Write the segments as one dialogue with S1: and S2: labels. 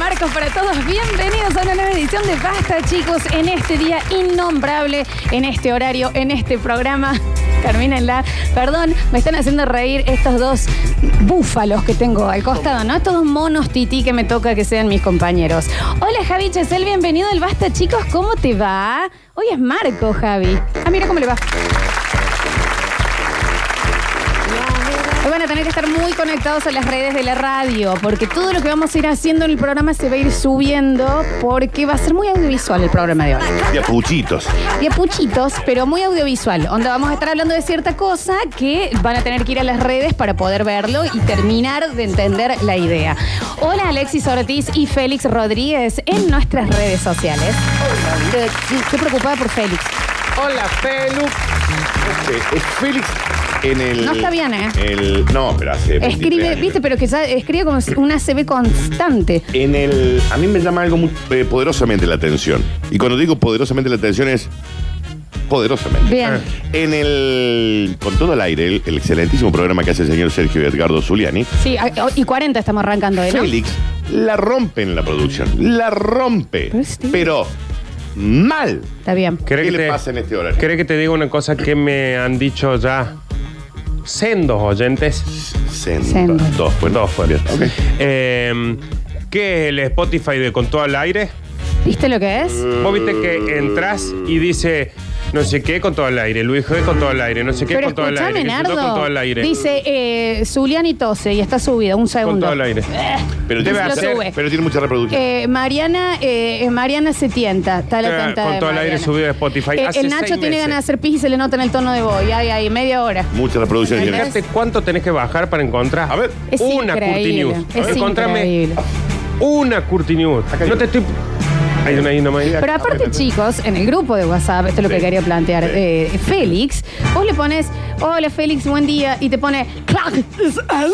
S1: Barcos para todos, bienvenidos a una nueva edición de Basta, chicos, en este día innombrable, en este horario, en este programa. Carmínenla, perdón, me están haciendo reír estos dos búfalos que tengo al costado, ¿no? Estos dos monos tití que me toca que sean mis compañeros. Hola Javi Chesel, bienvenido al Basta, chicos, ¿cómo te va? Hoy es Marco, Javi. Ah, mira cómo le va. Hoy Van a tener que estar muy conectados a las redes de la radio, porque todo lo que vamos a ir haciendo en el programa se va a ir subiendo, porque va a ser muy audiovisual el programa de hoy.
S2: Ya puchitos.
S1: De puchitos, pero muy audiovisual, donde vamos a estar hablando de cierta cosa que van a tener que ir a las redes para poder verlo y terminar de entender la idea. Hola Alexis Ortiz y Félix Rodríguez en nuestras redes sociales. Estoy preocupada por Félix.
S2: Hola, Félix. Este, es Félix en el.
S1: No está bien, ¿eh?
S2: el- no, pero hace. 23
S1: Escribe,
S2: años.
S1: viste, pero que ya escribe como una CB constante.
S2: En el. A mí me llama algo muy eh, poderosamente la atención. Y cuando digo poderosamente la atención es. Poderosamente.
S1: Bien.
S2: En el. Con todo el aire, el, el excelentísimo programa que hace el señor Sergio Edgardo Zuliani,
S1: Sí, a- o- y 40 estamos arrancando, ¿eh? ¿no?
S2: Félix la rompe en la producción. La rompe.
S1: Pero sí.
S2: Pero. Mal.
S1: Está bien.
S2: ¿Qué,
S3: ¿Querés que
S2: le
S3: te-
S2: pasa en este horario?
S3: ¿Querés que te diga una cosa que me han dicho ya sendos oyentes?
S2: Sendo.
S1: Sendo.
S2: Dos, pues.
S3: Dos fueron.
S2: Bien, ok.
S3: Eh, ¿Qué es el Spotify de Con todo al aire?
S1: ¿Viste lo que es?
S3: Vos viste que entras y dice no sé qué con todo al aire, Luis G con todo al aire, no sé qué
S1: Pero
S3: con todo al
S1: escúchame,
S3: aire, que se
S1: Nardo.
S3: todo con todo al aire.
S1: Dice eh, Zulian y Tose y está subida, un segundo. Eh,
S3: con todo al aire.
S2: Pero tiene,
S3: Debe
S2: mucha-
S1: hacer-
S2: pero tiene mucha reproducción.
S1: Eh, Mariana, eh, eh, Mariana se tienta, está la
S3: Eh,
S1: tentada
S3: con
S1: de
S3: todo el aire
S1: Mariana.
S3: subido de Spotify.
S1: Eh,
S3: Hace
S1: el Nacho
S3: seis
S1: tiene
S3: meses.
S1: ganas de hacer pis y se le nota en el tono de voz. Y ahí, ahí, media hora.
S2: Mucha reproducción. señores.
S3: Fíjate cuánto tenés que bajar para encontrar
S2: A ver.
S1: Es
S3: una Curti
S1: increíble.
S3: News.
S1: Es
S3: Encontrame
S1: increíble.
S3: una Curti News.
S2: Acá hay
S3: No
S2: una.
S3: te estoy. Hay una ahí nomás.
S1: Pero aparte, chicos, en el grupo de WhatsApp, esto es lo que
S2: Sí.
S1: quería plantear,
S2: Sí.
S1: eh, Félix, vos le pones, hola Félix, buen día, y te pone, clac.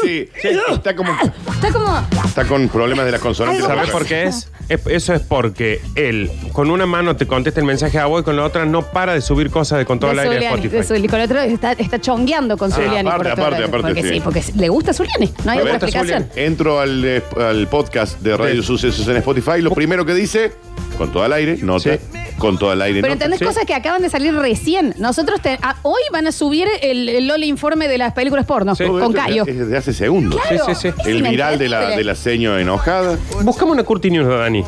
S2: Sí, sí, está como
S1: Está como,
S2: está con problemas de las consonantes.
S3: ¿Sabes por qué es? Es- Eso es porque él con una mano te contesta el mensaje a vos y con la otra no para de subir cosas de con todo
S1: de
S3: el aire a
S1: Zuliani, de
S3: Spotify.
S1: Zuliani. Con el otro está, está chongueando con Zuliani.
S2: aparte,
S1: por todo
S2: aparte,
S1: lado.
S2: aparte,
S1: Porque sí.
S2: sí.
S1: porque le gusta Zuliani. No hay
S2: Me
S1: otra
S2: gusta
S1: explicación.
S2: Entro al, eh, al podcast de Radio
S3: Sí.
S2: Sucesos en Spotify. Lo primero que dice, con todo el aire, nota.
S3: Sí.
S2: Con todo el aire,
S1: Pero
S2: nota.
S1: entendés
S3: sí.
S1: cosas que acaban de salir recién. Nosotros te- ah, hoy van a subir el, el LOL informe de las películas porno
S3: Sí.
S2: Todo
S1: con
S2: esto
S1: Cayo.
S2: Es de hace segundos.
S3: Sí, sí, sí.
S1: Es
S2: El viral de la,
S1: inentendible.
S2: de la seño enojada.
S3: Buscame una Curti News, Dani.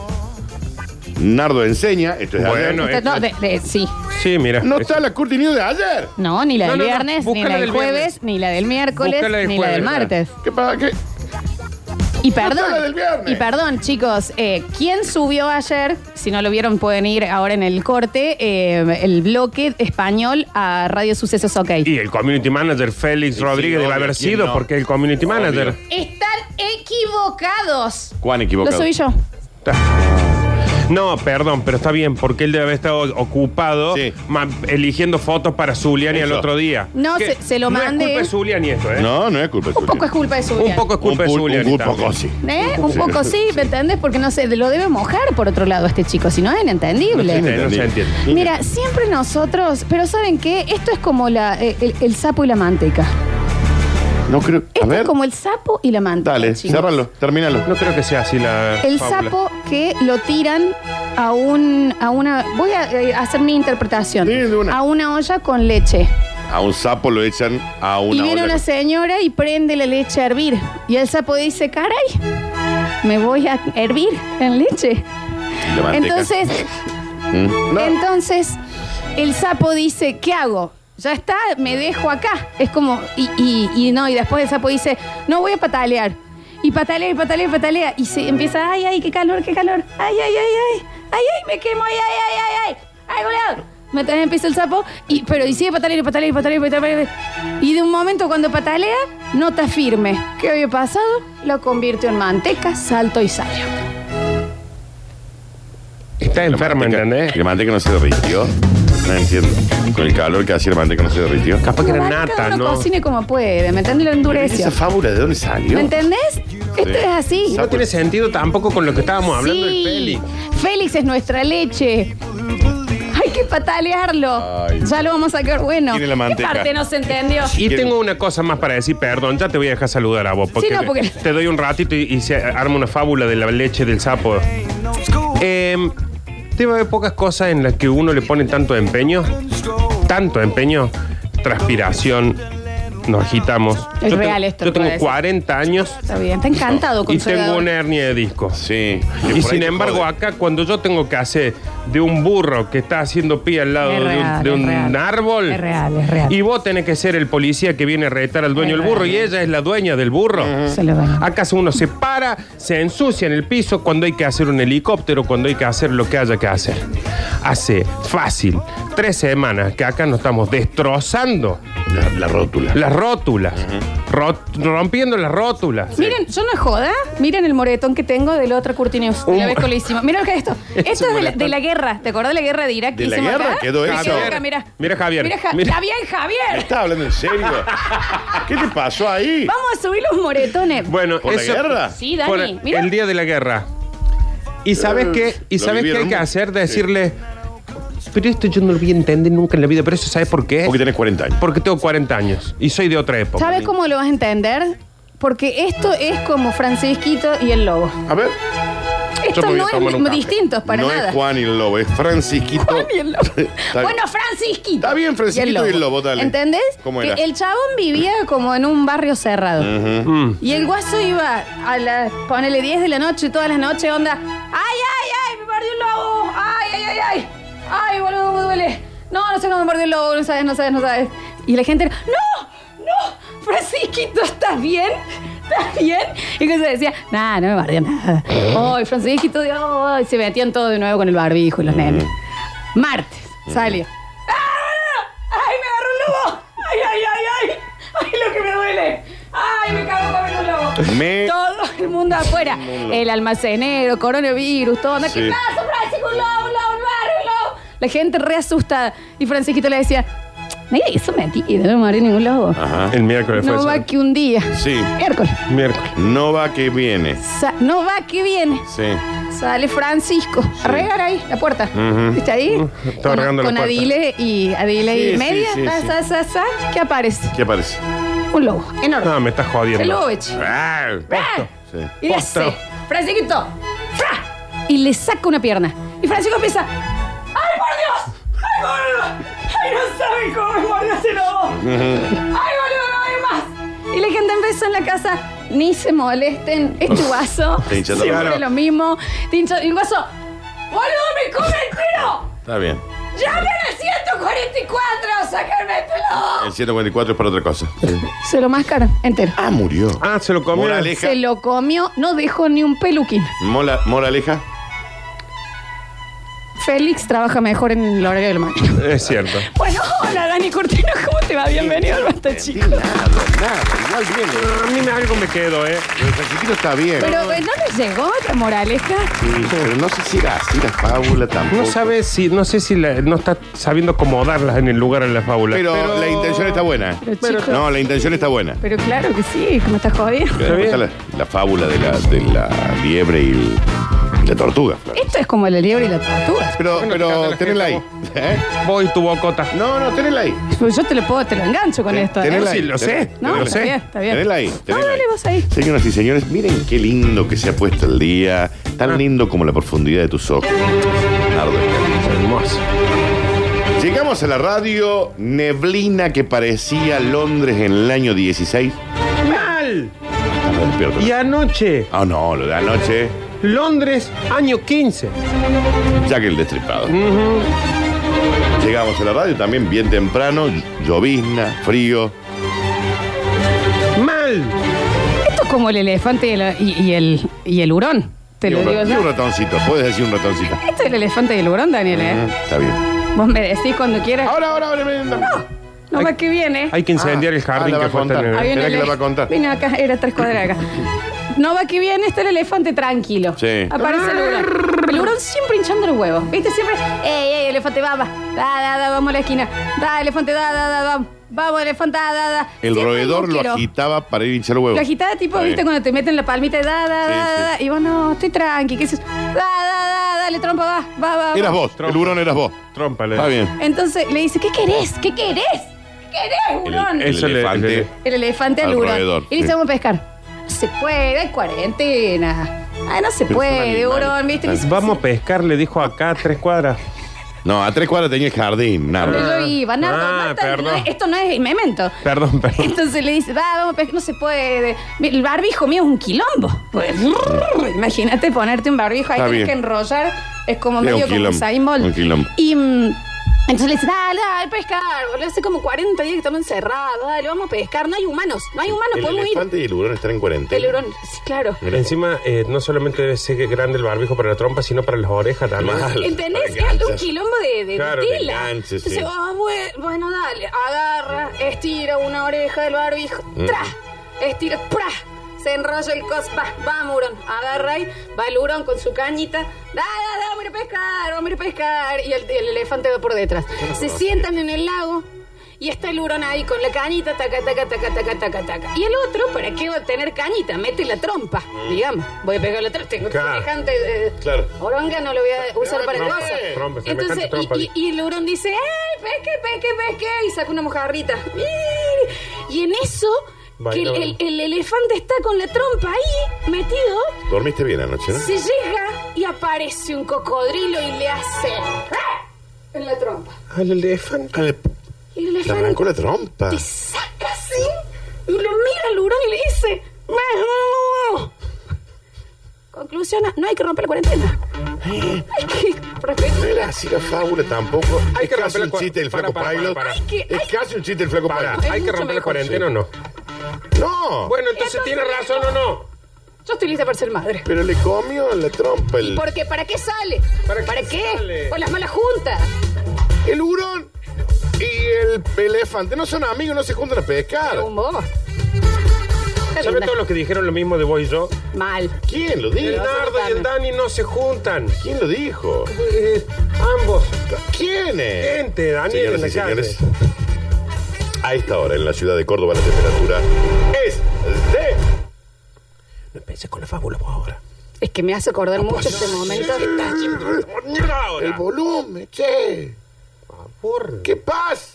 S2: Nardo enseña. Esto es de
S3: Bueno, eh,
S2: ayer.
S1: Usted- no, de- de- sí.
S3: Sí, mira.
S2: No está la Curti News de ayer.
S1: No, ni la
S3: No,
S1: del
S3: no, no.
S1: viernes, ni
S3: Búscala
S1: la del
S3: del
S1: jueves,
S3: viernes.
S1: ni la del miércoles,
S3: Búscala del
S1: ni la
S3: jueves,
S1: del
S3: claro.
S1: martes.
S2: ¿Qué pasa? ¿Qué?
S1: Y perdón,
S2: Búscala del viernes.
S1: y perdón, chicos, eh, ¿quién subió ayer? Si no lo vieron, pueden ir ahora en el corte, eh, el bloque español a Radio Sucesos OK.
S3: Y el community manager Félix
S2: Sí,
S3: Rodríguez
S2: obvio,
S3: debe haber
S2: ¿quién
S3: sido
S2: no?
S3: porque el community
S2: Obvio.
S3: manager.
S1: Están equivocados.
S2: Juan
S1: Lo
S2: equivocado.
S1: subí yo.
S3: No, perdón, pero está bien, porque él debe haber estado ocupado
S2: Sí.
S3: ma- eligiendo fotos para Zuliani al
S2: Eso.
S3: otro día.
S1: No,
S3: Que
S1: se- se lo
S3: no
S1: mandé.
S3: Es culpa de Zuliani esto, ¿eh?
S2: No, no es culpa
S1: Un poco es culpa de Zulian.
S3: Un poco es culpa de Zuliani.
S2: Un
S3: también.
S2: poco sí.
S1: ¿Eh? Un poco sí, ¿me entendés? Porque no sé, lo debe mojar por otro lado este chico, si no es inentendible.
S3: No se entiende, no se entiende.
S1: Mira, siempre nosotros, pero ¿saben qué? Esto es como la, eh, el, el sapo y la manteca.
S2: No creo. A
S1: Esto
S2: ver.
S1: es como el sapo y la manteca.
S2: Dale,
S1: chicos.
S2: cerralo, termínalo.
S3: No creo que sea así la.
S1: El
S3: fábula.
S1: sapo que lo tiran a un a una voy a eh, hacer mi interpretación
S2: Sí, de una.
S1: a una olla con leche
S2: A un sapo lo echan a una
S1: y viene
S2: olla.
S1: una señora y prende la leche a hervir y el sapo dice caray me voy a hervir en leche
S2: de manteca.
S1: entonces
S2: Mm. No.
S1: entonces el sapo dice qué hago ya está me dejo acá es como y, y- y no y después el sapo dice no voy a patalear y patalea y patalea y patalea y se empieza ay ay qué calor qué calor ay ay ay ay ay ay me quemo ay ay ay ay ay ay boludo. Me entendés? empieza el sapo, y, pero y sigue pataleando, pataleando, pataleando, pataleando. Y de un momento cuando patalea, nota firme. ¿Qué había pasado? Lo convirtió en manteca, salto y salió.
S3: Está
S2: La
S3: enferma,
S2: manteca-
S3: ¿entendés?
S2: La manteca no se derritió. No entiendo. Con el calor que hacía la manteca no se derritió.
S3: Capaz que era
S1: Bueno, cada
S3: nata,
S1: uno
S3: ¿no?
S1: cocine como puede, ¿me entiendes? Lo endureció.
S2: ¿Esa fábula de dónde salió?
S1: ¿Me entendés? Esto es así.
S3: No tiene sentido tampoco con lo que estábamos hablando del
S1: Sí.
S3: peli.
S1: Félix es nuestra leche. Ay, ¿qué patalearlo.
S2: Ay.
S1: Ya lo vamos a sacar bueno.
S2: Tiene la manteca.
S1: ¿Qué parte no se entendió?
S3: Y tengo una cosa más para decir, perdón, ya te voy a dejar saludar a vos. Porque,
S1: no, porque-
S3: te doy un ratito y, y se arma una fábula de la leche del sapo. Eh, debe haber pocas cosas en las que uno le pone tanto empeño, tanto empeño, transpiración, nos agitamos.
S1: Es
S3: Yo
S1: real
S3: tengo-
S1: esto,
S3: Yo
S1: lo que voy a
S3: tengo
S1: decir.
S3: 40 años
S1: Está bien, está encantado con
S3: y
S1: su
S3: tengo
S1: edad.
S3: una hernia de disco.
S2: Sí.
S3: Y sin embargo, acá cuando yo tengo que hacer de un burro que está haciendo pie al lado
S1: Es
S3: de un-
S1: real,
S3: de
S1: es
S3: un,
S1: real.
S3: árbol.
S1: Es real, es real.
S3: Y vos tenés que ser el policía que viene a retar al dueño
S1: Es
S3: del burro
S1: real.
S3: y ella es la dueña del burro.
S1: Se lo doy.
S3: ¿Acaso uno se para, se ensucia en el piso cuando hay que hacer un helicóptero, cuando hay que hacer lo que haya que hacer? Hace fácil tres semanas que acá nos estamos destrozando
S2: La, la rótula.
S3: las rótulas, rot- rompiendo las rótulas.
S1: Miren, yo no es joda. Miren el moretón que tengo del otro Curtinews.
S3: Un-
S1: La vez que lo hicimos. Mira lo que es esto.
S3: Es
S1: Esto
S3: un
S1: es de la,
S3: moretón.
S1: de la guerra. ¿Te acordás de la guerra de Irak?
S2: ¿De
S1: que
S2: la
S1: hicimos
S2: guerra?
S1: acá?
S2: Quedó
S1: Me
S2: eso.
S1: quedó acá, mira.
S3: Mira, Javier.
S1: Mira, Ja-
S3: Mira.
S1: Está bien,
S2: ¿Me
S1: Javier.
S2: estás hablando en serio? ¿Qué te pasó ahí?
S1: Vamos a subir los moretones.
S3: Bueno,
S2: ¿Por la
S3: eso-
S2: guerra?
S1: Sí, Dani,
S3: por
S1: mira.
S3: El día de la guerra. ¿Y sabes
S2: Eh,
S3: qué? ¿Y
S2: lo
S3: sabes qué hay
S2: vivieron
S3: que
S2: mucho.
S3: hacer? Decirle, pero esto yo no lo voy a entender nunca en la vida, pero eso ¿sabes por qué?
S2: Porque tenés 40 años.
S3: Porque tengo 40 años y soy de otra época.
S1: ¿Sabes cómo lo vas a entender? Porque esto es como Francisquito y el lobo.
S2: A ver.
S1: Esto
S3: me voy a
S1: no
S3: tomar un
S1: es
S3: café.
S1: distinto para
S2: no
S1: nada.
S2: es Juan y el Lobo, es Francisquito.
S1: Juan y el lobo.
S2: Está bien.
S1: bueno, Francisquito.
S2: Está bien, Francisquito y el lobo, dale.
S1: ¿Entendés?
S2: ¿Cómo
S1: Que
S2: era?
S1: el chabón vivía como en un barrio cerrado. Y el guaso iba a las, ponele 10 de la noche, todas las noches, onda. ¡Ay, ay, ay! ¡Me mordió un lobo! ¡Ay, ay, ay, ay! ¡Ay, boludo, cómo duele! No, no sé cómo me mordió el lobo, no sabes, no sabes, no sabes. Y la gente era, ¡No! ¡No! Francisquito, ¿estás bien? ¿Estás bien? Y que se decía, nah, no me mordió nada. Ay, Francisquito, Dios, ay, se metían todos de nuevo con el barbijo y los nenes. Martes, salió. ¡Ay, me agarró un lobo! ¡Ay, ay, ay, ay! ¡Ay, lo que me duele! ¡Ay, me cago comer un lobo!
S2: Me-
S1: Todo el mundo afuera. El almacenero, coronavirus, todo. ¿no? ¿Qué
S2: Sí.
S1: pasa, Francisco? ¡Un lobo, un lobo, un barrio, un lobo! La gente re asustada. Y Francisquito le decía, nadie hizo mentira, no me morí ningún lobo.
S2: Ajá.
S3: Ah, El miércoles fue
S1: no
S3: eso.
S1: va que un día.
S2: Sí.
S1: Miércoles.
S3: Miércoles.
S2: No va que viene.
S1: Sa- no va que viene.
S2: Sí.
S1: Sale Francisco. A regar ahí, la puerta.
S2: Ujú.
S1: ¿Viste ahí?
S3: Está
S1: con
S3: regando la
S1: con
S3: puerta.
S1: Adile y Adile
S2: Sí,
S1: y
S2: sí,
S1: media.
S2: sí,
S1: sa,
S2: sí.
S1: sa, sa, sa. ¿Qué aparece?
S2: ¿Qué aparece?
S1: Un lobo. Enorme.
S3: No, Ah, me estás jodiendo.
S1: El lobo, eche.
S2: Ah,
S1: ¡Ah!
S2: Sí.
S1: Y le
S3: Posta.
S1: hace, Francisquito. ¡fra! Y le saca una pierna. Y Francisco empieza. ¡Ay, por Dios! ¡Ay, boludo! ¡Ay, no saben cómo me mordió ese lobo! ¡Ay, boludo, no hay más! Y la gente empezó en la casa. Ni se molesten. Este guaso.
S2: Te hincha la
S1: siempre
S2: boca.
S1: lo mismo. Te hincha- Y el guaso. ¡Boludo, me come el pelo!
S2: Está bien.
S1: ¡Llamen al 144 a sacarme este lobo!
S2: El 144 es para otra cosa. Sí.
S1: Se lo mascaron entero.
S2: Ah, murió.
S3: Ah, se lo comió.
S2: Moraleja.
S1: Se lo comió, no dejó ni un peluquín.
S2: Mola- moraleja.
S1: Félix trabaja mejor en el horario del mañana.
S3: Es cierto.
S1: Bueno, hola Dani Curtino, ¿cómo te va? Bienvenido al Basta
S2: Sí,
S1: Chico.
S2: nada, nada. Igual viene.
S3: A mí me- algo me quedo, ¿eh?
S2: El Francisquito está bien.
S1: Pero eh, no nos llegó la moraleja.
S2: Sí, pero no sé si era así la fábula tampoco.
S3: No sabe si, no sé si la- no está sabiendo acomodarlas en el lugar en la fábula.
S2: Pero, la intención está buena.
S1: Pero, chicos.
S2: No, la intención está buena.
S1: Pero claro que sí, que me estás jodiendo.
S2: Después
S3: bien.
S2: está La, la fábula de la, de la liebre y el- y la tortuga. Flor.
S1: Esto es como la liebre y la tortuga.
S2: Pero,
S3: Bueno, te canta
S2: pero
S3: la
S2: tenela ahí.
S3: gente,
S2: ¿Eh?
S3: Voy tu bocota.
S2: No, no, tenela ahí.
S1: Pues yo te lo puedo, te lo engancho con esto. ¿eh?
S2: Tenela
S3: Sí,
S2: ahí.
S3: lo sé.
S1: No,
S3: Lo
S1: está
S3: sé.
S1: bien, está bien.
S2: Tenela ahí.
S1: No,
S2: tenela
S1: dale vos ahí.
S2: Señoras y señores, miren qué lindo que se ha puesto el día.
S1: Ah.
S2: Tan lindo como la profundidad de tus ojos. Nardo Escanilla.
S3: Hermoso.
S2: Llegamos a la radio neblina que parecía Londres en el año 16.
S3: ¡Mal!
S2: Estamos despiertos.
S3: Y anoche,
S2: Ah, no, lo de anoche,
S3: Londres, año 15.
S2: ya que el destripado. Llegamos a la radio también bien temprano, llovizna, frío.
S3: ¡Mal!
S1: Esto es como el elefante y el, y- y el, y el hurón. Te
S2: y
S1: lo
S2: un,
S1: digo
S2: ra- y un
S1: yo.
S2: ratoncito, puedes decir un ratoncito.
S1: Esto es el elefante y el hurón, Daniel, ¿eh?
S2: Está bien.
S1: Vos me decís cuando quieras.
S2: Ahora, ahora, ahora. No.
S1: No va que viene.
S3: Hay que incendiar el jardín
S2: ah, la
S3: que
S2: va a
S3: fue
S2: contar.
S3: tan-
S1: Ahí viene
S2: Espera
S1: el
S2: que la
S1: elef-
S2: va a contar.
S1: Vino acá, era tres cuadras acá. No va que viene, está el elefante tranquilo.
S2: Sí.
S1: Aparece el hurón. El hurón siempre hinchando los huevos. ¿Viste? Siempre, ¡ey, ey, elefante, va, va! Da, da, da, vamos a la esquina. Da, elefante, da, da, da, vamos. Vamos, elefante, da, da, da.
S2: El
S1: Siempre
S2: roedor lo
S1: moquero.
S2: agitaba para ir a hinchar huevos.
S1: Lo agitaba tipo,
S2: Está
S1: ¿viste?
S2: bien.
S1: Cuando te meten la palmita, da, da,
S2: Sí,
S1: da,
S2: sí.
S1: da. Y vos, no, estoy tranqui, ¿qué es eso? Da, da, da, da. dale, trompa, va, va, va. va.
S2: Eras vos,
S3: Trompa.
S2: el burón eras vos.
S3: Trompa, le-
S2: Está bien.
S1: Entonces le dice, ¿qué querés? ¿Qué querés? ¿Qué querés,
S2: El,
S1: hurón?
S2: el
S3: Eso le-
S2: elefante.
S3: le-
S1: El elefante al
S2: Alrededor,
S1: hurón. Y le dice,
S2: sí.
S1: vamos a pescar. No se puede, hay cuarentena. Ah, no se
S2: Pero Ah. es un
S1: puede,
S2: animal.
S1: hurón, ¿viste? que se-
S3: Vamos a pescar, le dijo acá, a tres cuadras.
S2: No, a tres cuadras tenía el jardín,
S1: Pero
S2: nada.
S1: yo iba, Nardo,
S3: Ah,
S1: no está-
S3: perdón.
S1: esto no es memento.
S3: Perdón, perdón.
S1: Entonces le dice, va, vamos a pescar, no se puede. El barbijo mío es un quilombo. Pues, brrr, imagínate ponerte un barbijo, ahí
S2: Está
S1: tienes
S2: bien.
S1: que enrollar, es como
S2: Es un
S1: medio como
S2: quilombo,
S1: Usain Bolt.
S2: un quilombo.
S1: Y mm, entonces le dice, dale, dale, pescar, boludo, hace como 40 días que estamos encerrados, dale, vamos a pescar, no hay humanos, no hay humanos, podemos ir.
S2: y el hurón están en cuarentena.
S1: El hurón, sí, claro.
S3: Encima, eh, no solamente debe ser grande el barbijo para la trompa, sino para las orejas también.
S2: Mal.
S1: ¿Entendés?
S2: Para
S1: Es un
S2: enganchas.
S1: quilombo de, de
S3: Claro,
S1: tela.
S2: de enganches,
S1: Entonces,
S2: sí. Mm.
S1: ah, bue- bueno, dale, agarra, estira una oreja del barbijo, tra, estira, pra, se enrolla el cos, va, vamos, hurón, agarra ahí, va el hurón con su cañita, da, da, da, vamos a ir a pescar, vamos a ir a pescar, y el, el elefante va por detrás. se sientan en el lago. Y está el hurón ahí con la cañita, taca, taca, taca, taca, taca, taca. Y el otro, ¿para qué va a tener cañita? Mete la trompa, digamos. Voy a pegar la trompa, tengo
S3: Claro.
S1: semejante eh,
S2: Mm. Claro.
S1: Oronga no lo voy a usar para
S3: Trompa,
S1: cosas.
S3: trompa, semejante
S1: Entonces,
S3: trompa,
S1: y, y- y el hurón dice, ¡Ey, pesque, pesque, pesque! Y saca una mojarrita. ¡Ih! Y en eso, que el,
S3: Baila,
S1: el- el elefante está con la trompa ahí, metido,
S2: ¿Dormiste bien anoche, no?
S1: se llega y aparece un cocodrilo y le hace ¡ah! en la trompa.
S2: Ah,
S3: Al elefante.
S2: Le,
S1: Y el
S2: le
S1: elefante
S2: arrancó la trompa.
S1: te saca así y lo mira al hurón y le dice, ¡Mejú! Conclusión, no hay que romper la cuarentena. Hay que respetar.
S2: No era así la fábula tampoco.
S3: Hay
S2: es
S3: que
S2: casi
S3: romper
S2: un
S3: la cua-
S2: chiste del
S3: para,
S2: flaco
S3: para, para,
S2: pilot.
S3: para.
S1: Ay, que-
S2: Es
S1: ay.
S2: casi un chiste del flaco
S3: Para,
S2: pilot.
S3: ¿hay que
S1: mucho
S3: romper la
S1: mejor,
S3: cuarentena o no?
S2: No.
S3: Bueno, entonces
S1: Entonces-
S3: tiene razón o no.
S1: Yo estoy lista para ser madre.
S2: Pero le comió la trompa. El,
S1: Porque ¿para qué sale?
S3: ¿Para
S1: ¿Para,
S3: qué
S1: qué?
S3: sale?
S1: Con las malas juntas.
S2: el hurón y el elefante no son amigos, no se juntan a pescar.
S1: Un bobo. Está
S3: ¿Sabe
S1: linda.
S3: todos los que dijeron lo mismo de vos y yo?
S1: Mal.
S2: ¿Quién lo
S3: El
S2: dijo?
S3: Nardo y el Dani no se juntan.
S2: ¿Quién lo dijo?
S3: Eh, ambos.
S2: ¿Quién es?
S3: Gente, Daniel, en la
S2: señores.
S3: calle.
S2: A esta hora en la ciudad de Córdoba la temperatura es de.
S3: No empecé con la fábula vos ahora.
S1: Es que me hace acordar mucho este momento.
S2: El volumen, che.
S3: Por-
S2: ¿Qué paz?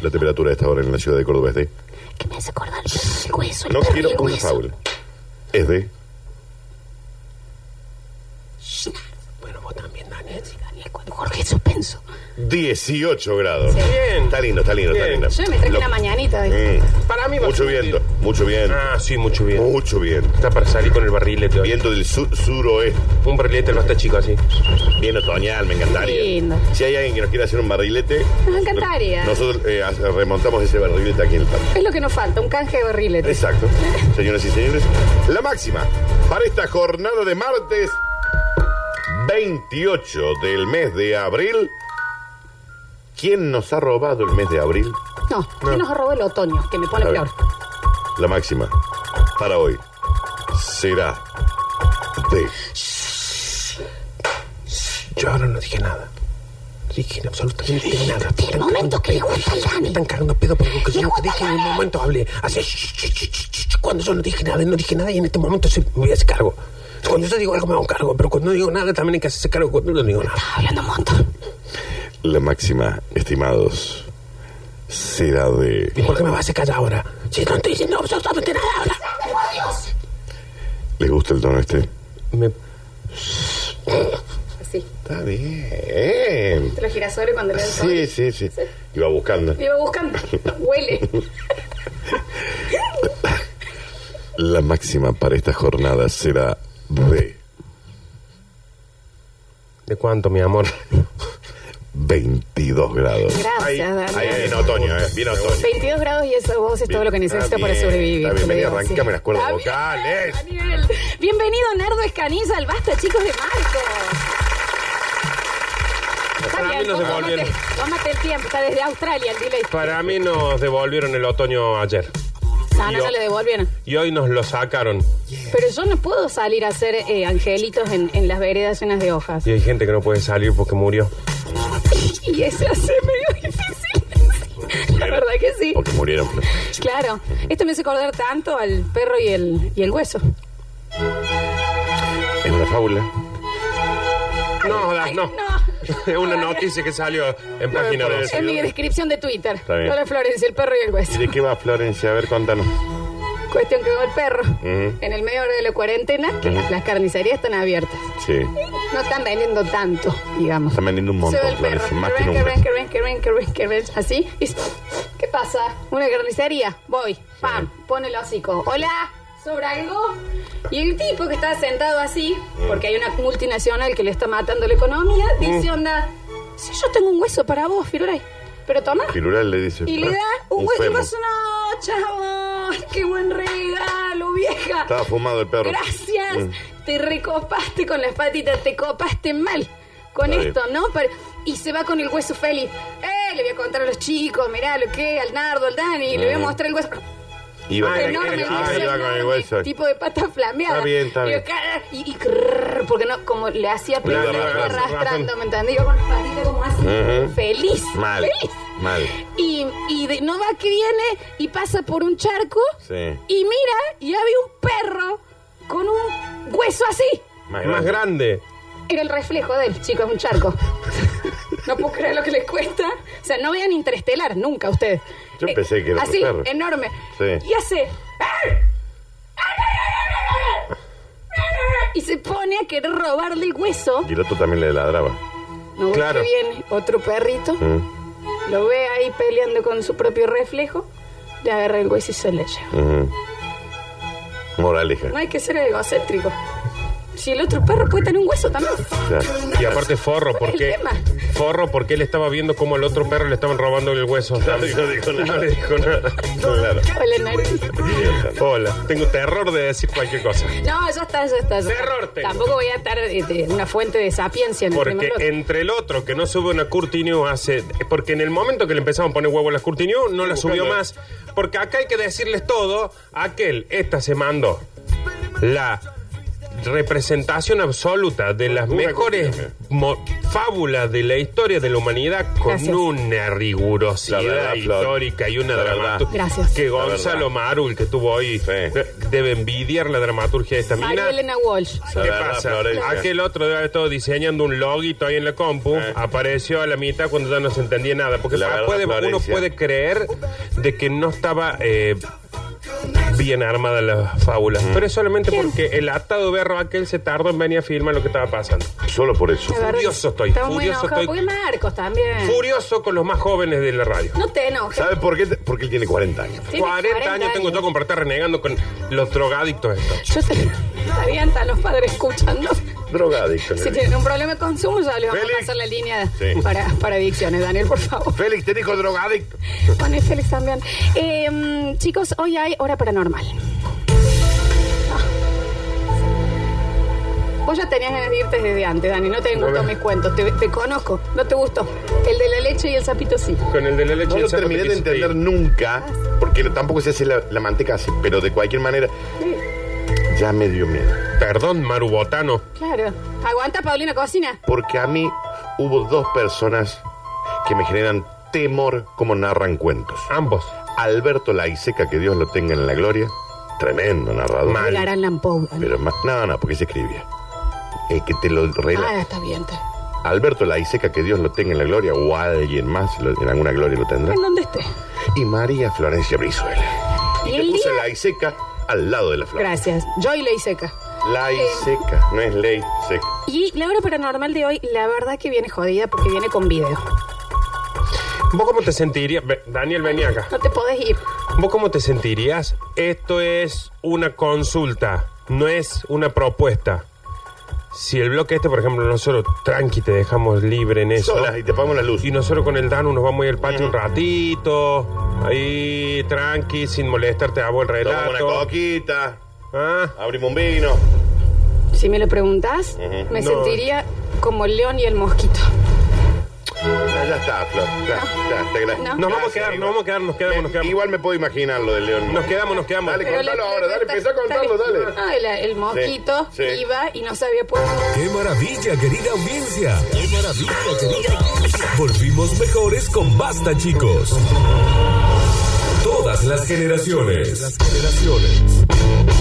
S2: La temperatura a esta hora en la ciudad de Córdoba es de.
S1: Que me hace acordar el hueso. el
S2: No
S1: perro y
S2: quiero
S1: el
S2: una
S1: hueso.
S2: fábula. Es de.
S3: Bueno, vos también, Daniel.
S1: Daniel, cuando Jorge suspenso.
S2: 18 grados.
S3: Bien.
S2: Está lindo, está lindo, está
S3: Bien.
S2: lindo.
S1: Yo me traje
S2: Lo-
S1: una mañanita. hoy.
S2: Mm.
S3: Para mí va a
S2: Mucho
S3: ser
S2: viento,
S3: útil.
S2: mucho viento.
S3: Ah, sí, mucho bien.
S2: Mucho viento.
S3: Está para salir con el barrilete hoy.
S2: Viento del sur, suroeste.
S3: Un barrilete no está chico así.
S2: Bien otoñal, me encantaría.
S1: Lindo.
S2: Si hay alguien que nos quiera hacer un barrilete.
S1: Nos encantaría.
S2: Nosotros eh, hace- remontamos ese barrilete aquí en el patio.
S1: Es lo que nos falta, un canje de barriles.
S2: Exacto. Señoras y señores, la máxima para esta jornada de martes 28 del mes de abril. ¿Quién nos ha robado el mes de abril?
S1: No, que nos robó el otoño, que me pone
S2: Está bien.
S1: peor.
S2: La máxima para hoy será de.
S3: Yo ahora no dije nada. Dije absolutamente nada.
S1: Del momento que le gusta al Dani.
S3: Están cagando pedo por algo que yo
S1: Le
S3: nunca
S1: gusta
S3: dije
S1: el
S3: en un
S1: Dani.
S3: momento hablé. Así, shh, shh, shh, shh, shh, shh. cuando yo no dije nada, no dije nada y en este momento sí me voy a hacer cargo. Cuando yo digo algo me hago cargo, pero cuando no digo nada también hay que hacerse cargo cuando no digo nada.
S1: Estaba hablando un montón.
S2: La máxima, estimados, será de.
S3: ¿Y por qué me vas a hacer callar ahora? Si no estoy diciendo absolutamente nada ahora.
S2: ¿Les gusta el tono este?
S3: Me...
S1: Así.
S2: Está bien.
S1: Los girasoles cuando le dan
S2: Sí, sí, sí. Iba buscando.
S1: Iba buscando. Huele.
S2: La máxima para esta jornada será de
S3: ¿De cuánto, mi amor?
S2: 22 grados.
S1: Gracias,
S2: Ahí
S1: Dani.
S2: viene otoño, ¿eh? Viene otoño.
S1: 22 grados y esa voz es todo lo que necesita para sobrevivir.
S2: Está Ah, bien,
S1: te
S2: vení,
S1: digo, sí.
S2: arrancame las cuerdas
S1: Está
S2: vocales.
S1: bien, Daniel. Bienvenido, Nardo Escanilla, al Basta, chicos de Marco. Está
S3: Para mí
S1: bien,
S3: nos
S1: tómate-
S3: devolvieron.
S1: Tómate el tiempo, está desde Australia el delay.
S3: Para mí nos devolvieron el otoño ayer.
S1: No, no,
S3: Yo-
S1: no le devolvieron.
S3: Y hoy nos lo sacaron.
S1: Pero yo no puedo salir a hacer eh, angelitos en, en las veredas llenas de hojas.
S3: Y hay gente que no puede salir porque murió.
S1: Y eso hace medio difícil. La verdad que sí.
S2: Porque murieron.
S1: Claro. Esto me hace acordar tanto al perro y el, y el hueso.
S2: Es una fábula
S4: No,
S1: Ay,
S4: no. Es una noticia que salió en página de
S1: Es mi descripción de Twitter.
S2: Está bien.
S1: Hola Florencia, el perro y el
S2: ¿Y
S1: hueso.
S2: de qué va Florencia? A ver, contanos.
S1: Cuestión que va el perro.
S2: Ujú.
S1: En el medio hora de la cuarentena, que
S2: Ujú.
S1: las carnicerías están abiertas.
S2: Sí.
S1: No están vendiendo tanto, digamos.
S2: Están vendiendo un
S1: Se
S2: montón,
S1: ve el perro.
S2: Florencia, más que
S1: que
S2: nunca.
S1: ven, que ven, que ven, que ven, que ven, así. Y dice, ¿Qué pasa? Una carnicería. Voy. Pam. Pone el hocico. Hola. ¿Sobra algo? Y el tipo que está sentado así,
S2: Mm.
S1: porque hay una multinacional que le está matando la economía,
S2: Mm.
S1: dice onda, si yo tengo un hueso para vos, Firuray, pero toma.
S2: Firural le dice.
S1: Y le
S2: ah,
S1: da un hueso. Y
S2: fémur.
S1: vos, no, chabón, qué buen regalo, vieja.
S2: Estaba fumado el perro.
S1: Gracias.
S2: Mm.
S1: Te recopaste con las patitas, te copaste mal con
S2: Está
S1: esto, ¿no? Pero- y se va con el hueso feliz. ¡Eh! Le voy a contar a los chicos, mirá lo que, al Nardo, al Dani, le voy a
S2: Mm.
S1: mostrar el hueso.
S2: Iba,
S4: Ah,
S2: con-
S1: enorme,
S4: el-
S2: ah,
S1: hueso
S2: iba con el
S1: enorme,
S2: hueso.
S1: Tipo de pata flameada.
S2: Está bien, está
S1: Y yo,
S2: bien.
S1: cara, Y, y crrr, porque no, como le hacía
S2: iba
S1: pero le iba
S2: arrastrando.
S1: arrastrando, ¿me entendés? Iba con las patitas como así.
S2: Ujú.
S1: Feliz.
S2: Mal.
S1: Feliz.
S2: Mal.
S1: Y, y de- no va que viene y pasa por un charco
S2: Sí.
S1: y mira y había un perro con un hueso así.
S2: Más
S4: más
S2: grande.
S4: grande.
S1: Era el reflejo de él, chicos, un charco. No puedo creer lo que les cuesta. O sea, no vean Interestelar nunca ustedes. Eh,
S2: Yo pensé que era
S1: Así,
S2: otro perro.
S1: enorme.
S2: Sí.
S1: Y hace... Y se pone a querer robarle el hueso.
S2: Y el otro también le ladraba.
S1: No
S4: Claro.
S1: claro. viene otro perrito,
S2: Mm,
S1: lo ve ahí peleando con su propio reflejo, le agarra el hueso y se le lleva.
S2: ujú. Moraleja.
S1: No hay que ser egocéntrico. Si el otro perro puede tener un hueso también.
S2: Claro.
S4: Y aparte forro,
S1: ¿Cuál es el
S4: porque
S1: tema?
S4: forro porque él estaba viendo cómo al otro perro le estaban robando el hueso.
S2: No dijo- dijo nada.
S4: No le dijo nada.
S2: Claro.
S1: Hola, Nari.
S4: Hola, tengo terror de decir cualquier cosa.
S1: No, ya está, ya está. ya está.
S4: Terror tengo.
S1: Tampoco voy a estar eh, de una fuente de sapiencia en este el
S4: Porque
S1: primer bloque.
S4: entre el otro que no sube una Curti News hace. Porque en el momento que le empezaron a poner huevo a las Curti News, no la subió más. Porque acá hay que decirles todo. Aquel, esta se mandó la representación absoluta de las
S2: Una
S4: mejores
S2: Curti
S4: mo- fábulas de la historia de la humanidad con
S1: Gracias.
S4: una rigurosidad
S2: La verdad, Flor.
S4: histórica y
S2: La
S4: una
S2: verdad.
S4: dramaturgia.
S1: Gracias.
S4: Que
S2: La verdad.
S4: Gonzalo Marul, que estuvo hoy,
S2: Sí.
S4: eh, debe envidiar la dramaturgia de esta mina.
S1: María Elena Walsh.
S2: La
S4: ¿Qué
S2: verdad,
S4: pasa?
S2: Florencia.
S4: Aquel otro debe haber estado diseñando un loguito ahí en la compu.
S2: Eh.
S4: Apareció a la mitad cuando ya no se entendía nada. Porque
S2: La
S4: pa-
S2: verdad,
S4: puede- uno
S2: Florencia.
S4: puede creer de que no estaba eh, bien armada la fábula.
S2: Mm.
S4: Pero es solamente porque el atado berro aquel se tardó en venir a filmar lo que estaba pasando.
S2: Solo por eso.
S1: La verdad
S4: furioso
S1: que
S4: estoy,
S1: Estamos muy
S4: furioso
S1: enojados
S4: estoy.
S1: porque Marcos también.
S4: Furioso con los más jóvenes de la radio.
S1: No te enojes.
S2: ¿Sabe por qué? te- Porque él tiene 40 años.
S1: Tiene
S4: 40, años tengo yo como para estar renegando con los drogadictos estos.
S1: Yo te... Estarían tan los padres escuchando.
S2: Drogadicto.
S1: Si tienen un problema de consumo, ya les vamos
S2: Félix.
S1: a pasar la línea
S2: Sí.
S1: para, para adicciones. Daniel, por favor.
S2: Félix te dijo drogadicto.
S1: Con el Félix también. Eh, mm, chicos, hoy hay hora paranormal. Ah. Vos ya tenías ganas de irte desde antes, Dani. No te gustó mis cuentos. Te, te conozco. No te gustó. El de la leche y el sapito sí.
S4: Con el de la leche
S2: No
S4: y
S2: lo
S4: el sapo
S2: terminé
S4: te
S2: de
S4: quisiste ir.
S2: entender nunca, porque lo- tampoco se hace la, la manteca así, pero de cualquier manera,
S1: Sí,
S2: ya me dio miedo.
S4: Perdón, Marubotano.
S1: claro. Aguanta, Paulina, cocina.
S2: Porque a mí hubo dos personas que me generan temor como narran cuentos.
S4: Ambos.
S2: Alberto Laiseca, que Dios lo tenga en la gloria, tremendo narrador.
S4: Mal.
S1: El Aran Lampou.
S2: Pero más, no, no, porque se escribía. El que te lo rela-
S1: Ah, está bien. está.
S2: Alberto Laiseca, que Dios lo tenga en la gloria, o alguien más lo- en alguna gloria lo tendrá.
S1: En donde esté.
S2: Y María Florencia Brizuela.
S1: Y
S2: Y te
S1: el
S2: puse
S1: día-
S2: Laiseca al lado de la flor.
S1: Gracias. Joy ley seca.
S2: Laiseca, no es ley seca.
S1: Y la hora paranormal de hoy, la verdad que viene jodida porque viene con video.
S4: ¿Vos cómo te sentirías? Ve- Daniel, vení acá.
S1: No te podés ir.
S4: ¿Vos cómo te sentirías? Esto es una consulta, no es una propuesta. Si el bloque este, por ejemplo, nosotros tranqui te dejamos libre en eso.
S2: Solas y te apagamos la luz.
S4: Y nosotros con el Danu nos vamos a ir al patio un ratito. Ahí, tranqui, sin molestarte, hago el
S2: Tomamos
S4: relato.
S2: una coquita,
S4: Ah,
S2: abrimos un vino.
S1: Si me lo preguntás,
S2: Ujú.
S1: me
S4: No.
S1: sentiría como el león y el mosquito.
S2: Ya, ya está, Flor. Ya, ya, te gra-
S1: No.
S4: Nos vamos a
S2: Gracias,
S4: quedar,
S2: igual.
S4: nos vamos a quedar, nos quedamos, nos
S2: Me-
S4: quedamos.
S2: Igual me puedo imaginar lo de León.
S4: Nos quedamos, nos quedamos.
S2: Dale,
S1: Pero la-
S2: contalo ahora, dale,
S1: está-
S2: empezá a
S1: está
S2: contarlo,
S1: bien.
S2: dale.
S1: Ah, el, el mosquito
S2: Sí, sí.
S1: iba y no se había puesto.
S5: ¡Qué maravilla, querida audiencia! ¡Qué maravilla, querida audiencia! Volvimos mejores con Basta, chicos. Todas las generaciones. Las generaciones.